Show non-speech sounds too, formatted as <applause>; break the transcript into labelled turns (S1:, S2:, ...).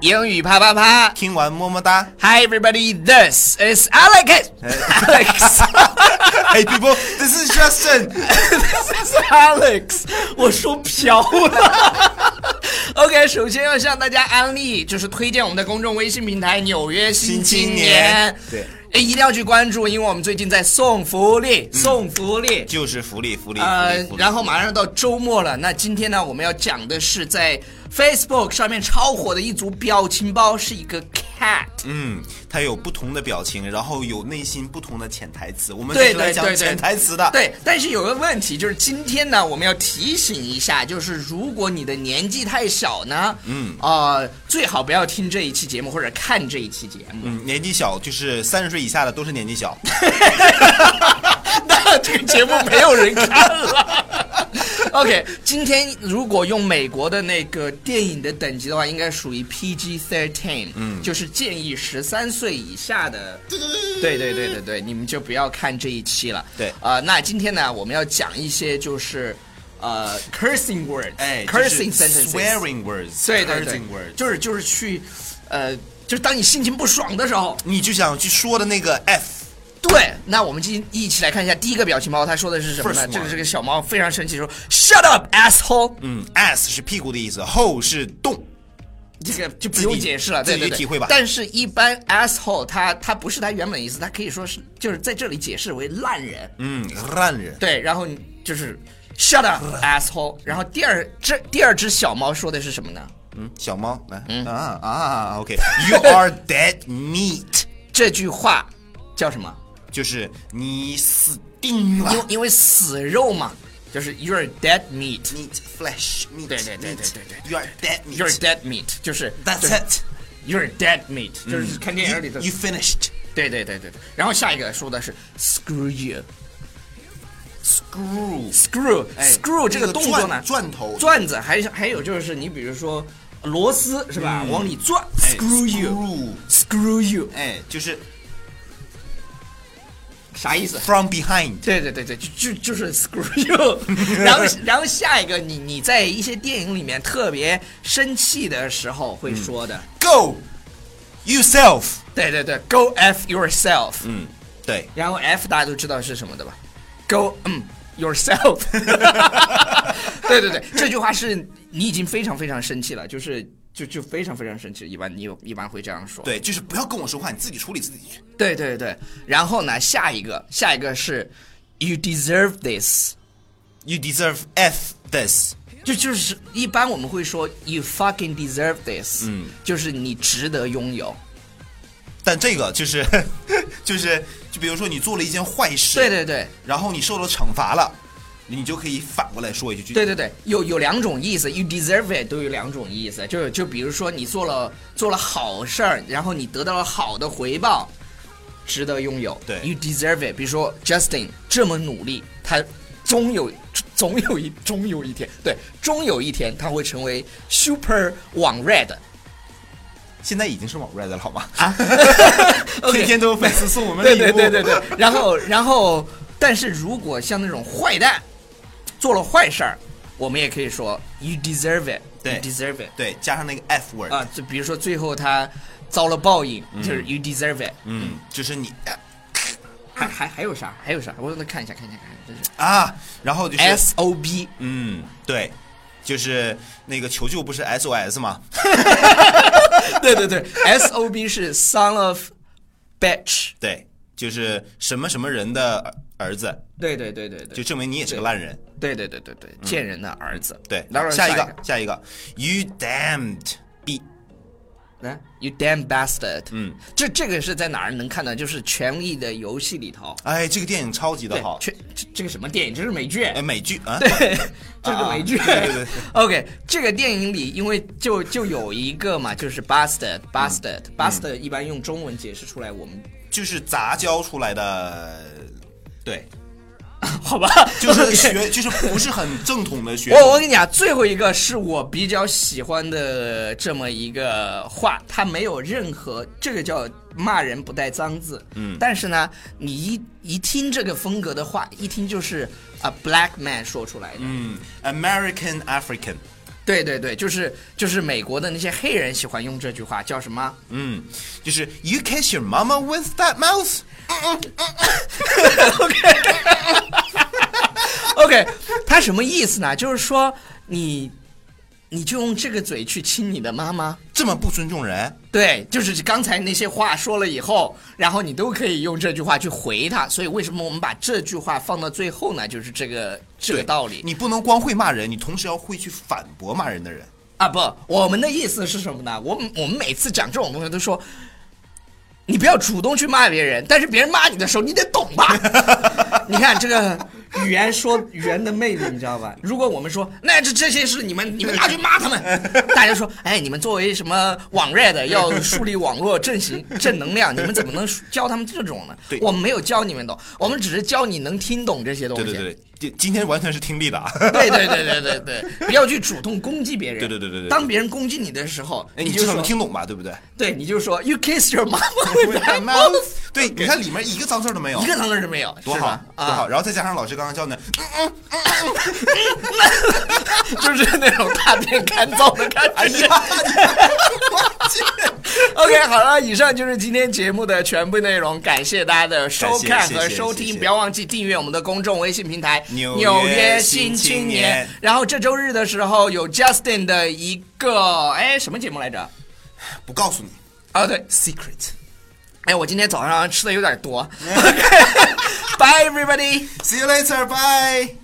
S1: 英语啪啪啪
S2: 听完么
S1: <laughs>
S2: 么哒。
S1: ！Hi everybody, this is Alex. Alex,
S2: Hey people, this is Justin.
S1: this is Alex. 我说飘了。OK，首 <laughs> 先要向大家安利，就是推荐我们的公众微信平台《纽约新青年》
S2: 新青年
S1: 对，一定要去关注，因为我们最近在送福利，送福利。
S2: 就是福利，福利，
S1: 呃
S2: 福利，
S1: 然后马上到周末了，那今天呢，我们要讲的是在 Facebook 上面超火的一组表情包，是一个 cat。
S2: 嗯，它有不同的表情，然后有内心不同的潜台词。我们
S1: 对
S2: 是来
S1: 对
S2: 讲
S1: 对对
S2: 潜台词的。
S1: 对，但是有个问题就是，今天呢，我们要提醒一下，就是如果你的年纪太小呢，嗯，呃，最好不要听这一期节目或者看这一期节目。
S2: 嗯，年纪小就是三十岁以下的都是年
S1: <laughs>
S2: 纪小。
S1: 那这个节目没有人看了。OK，今天如果用美国的那个电影的等级的话，应该属于 PG thirteen，嗯，就是建议十三岁以下的。对对对对对，你们就不要看这一期了。
S2: 对
S1: 啊、那今天呢，我们要讲一些就是呃 cursing words，
S2: <laughs> 哎
S1: ，cursing
S2: 就是
S1: sentences。
S2: ，swearing words，
S1: 对对对
S2: cursing words，
S1: 就是就是去，呃，就是当你心情不爽的时候，
S2: 你就想去说的那个 f，
S1: 对，那我们今一起来看一下第一个表情包，他说的是什么
S2: First
S1: 呢？
S2: one
S1: 这个这个小猫非常生气，说 “Shut up, asshole”，、
S2: 嗯，ass 是屁股的意思，hole 是洞。
S1: 这个就不用解释了，
S2: 自己
S1: 对对对，
S2: 体会吧
S1: 但是，一般 asshole 它它不是它原本的意思，它可以说是就是在这里解释为烂人，
S2: 嗯，烂人。
S1: 对，然后你就是 “Shut up, asshole”，然后第二这第二只小猫说的是什么呢？
S2: 嗯，小猫来、啊啊，OK，You、are <laughs> dead meat，
S1: 这句话叫什么？
S2: 就是你死定了
S1: 因为因为死肉嘛，就是 “You're dead meat”。
S2: ，meat flesh meat，
S1: 对对对对对对
S2: ，You are dead
S1: You're
S2: meat，That's
S1: dead meat，就是就是
S2: it。嗯
S1: You're dead meat，就是看电影里的
S2: You finished.
S1: 对对对对对，然后下一个说的是 screw you，screw
S2: Screw.
S1: screw 这个动作呢，
S2: 哎钻钻头
S1: 转子，还还有就是你比如说螺丝是吧，往里转
S2: 哎
S1: ，screw you screw
S2: Screw.
S1: you
S2: 哎，就是
S1: 啥意思？
S2: from behind.
S1: 对对对对，就就就是 screw you，然 <laughs> 后然后下一个你你在一些电影里面特别生气的时候会说的，
S2: Go yourself.
S1: 对对对，go f yourself，
S2: 嗯，对。
S1: 然后 F 大家都知道是什么的吧？Go 嗯 yourself 。对对对，这句话是你已经非常非常生气了，就是就就非常非常生气，一般你有一般会这样说。
S2: 对，就是不要跟我说话，你自己处理自己去。
S1: 对对对，然后呢，下一个下一个是 you deserve this，
S2: You deserve f this.
S1: 就就是一般我们会说 you fucking deserve this，嗯，就是你值得拥有。
S2: 但这个就是就是，就比如说你做了一件坏事，
S1: 对对对。
S2: 然后你受到惩罚了，你就可以反过来说一句，
S1: 对对对，有有两种意思，you deserve it 都有两种意思，就就比如说你做了做了好事儿，然后你得到了好的回报，值得拥有。
S2: 对
S1: ，you deserve it。比如说 Justin 这么努力，他终有总有一终有一天，对，终有一天他会成为 super 网 red
S2: 现在已经是网 red 了，好吗？，
S1: 啊 OK
S2: <laughs> 天天都有粉丝送我们
S1: 对
S2: 礼
S1: <laughs> 对
S2: 物，
S1: 对对对。然后然后，但是如果像那种坏蛋做了坏事儿，我们也可以说 you deserve it。
S2: 对
S1: d e s e r v e it。
S2: 对，加上那个 f word，
S1: 啊，就比如说最后他遭了报应，就是 you deserve it。
S2: 嗯，就是你
S1: 还还还有啥？还有啥？我再看一下，看一下，看一下，这是
S2: 啊，然后就是
S1: S O B。 <laughs>
S2: 嗯，对，就是那个求救不是 SOS 吗？ <laughs>
S1: 对对对，S O B 是 son of bitch。
S2: 对，就是什么什么人的儿子，
S1: 对对对对
S2: 就
S1: 对，
S2: 证明你也是个烂人。
S1: 对对对对对，贱人的儿子。
S2: 对，
S1: 然后
S2: 下
S1: 一
S2: 个，下一个，You damned b，
S1: 来，you damn bastard。
S2: 嗯，
S1: 这这个是在哪儿能看到？就是《权力的游戏》里头。
S2: 哎，这个电影超级的
S1: 对
S2: 好，，
S1: 全这这个什么电影？这是美剧。
S2: 哎，美剧
S1: <laughs>
S2: 啊，
S1: 对，这是美剧。
S2: 啊对对对对
S1: <laughs> OK，这个电影里，因为就就有一个嘛，就是
S2: 嗯
S1: bastard，bastard，bastard，、一般用中文解释出来，
S2: <laughs>
S1: 我们
S2: 就是杂交出来的，
S1: <laughs>
S2: 对，
S1: 好 <laughs> 吧，
S2: 就是
S1: 学。 <laughs>
S2: 学，就是不是很正统的学
S1: 我我
S2: 术。
S1: 跟你讲，最后一个是我比较喜欢的这么一个话，它没有任何这个叫骂人不带脏字，嗯，但是呢，你一一听这个风格的话，一听就是啊呃 black man 说出来的，
S2: 嗯嗯，American African，
S1: 对对对，就是就是美国的那些黑人喜欢用这句话，叫什么？
S2: 嗯，就是 You catch your mama with that mouse。
S1: OK，他什么意思呢？就是说你，你就用这个嘴去亲你的妈妈。
S2: 这么不尊重人，
S1: 对，就是刚才那些话说了以后，然后你都可以用这句话去回他。所以为什么我们把这句话放到最后呢？就是这个这个
S2: 对
S1: 道理
S2: 你不能光会骂人，你同时要会去反驳骂人的人。
S1: 啊！不，我们的意思是什么呢？我们我们每次讲这种东西都说，你不要主动去骂别人，但是别人骂你的时候，你得懂
S2: <laughs>
S1: 吧？你看这个语言说语言的魅力，你知道吧？如果我们说那这这些是你们你们拿去骂他们，
S2: <laughs>
S1: 大家说哎，你们作为什么网 red 的要树立网络正
S2: <laughs>
S1: 行正能量，你们怎么能教他们这种呢
S2: 对？
S1: 我们没有教你们懂，我们只是教你能听懂这些东西。
S2: 对对对，今今天完全是听力的啊。
S1: <laughs> 对对对对对对，不要去主动攻击别人。
S2: 对对对对对
S1: 当别人攻击你的时候，
S2: 哎，你
S1: 就
S2: 至少
S1: 说
S2: 能，听懂吧？对不对
S1: 对，你就说 you kiss your mama <laughs> with that mouth，
S2: ？mouse，对，你看里面一个脏字儿都没有
S1: 一，个脏字儿都没有，
S2: 多
S1: 是
S2: 好
S1: 吧
S2: 多好。
S1: 啊，
S2: 然后再加上老师刚刚教的，
S1: <laughs> 就是那种大便干燥的感觉。
S2: <laughs> 哎呀，我去，
S1: <laughs> OK，好了，以上就是今天节目的全部内容，感谢大家的收看
S2: 感谢
S1: 和
S2: 谢谢
S1: 收听，
S2: 谢谢
S1: 不要忘记订阅我们的公众微信平台《
S2: 纽
S1: 纽
S2: 约
S1: 新
S2: 新青
S1: 年
S2: 年》。
S1: 然后这周日的时候有 Justin 的一个哎什么节目来着？
S2: 不告诉你
S1: 啊，对，
S2: ，secret。
S1: 哎，我今天早上吃的有点多。Bye everybody.
S2: See you later, bye.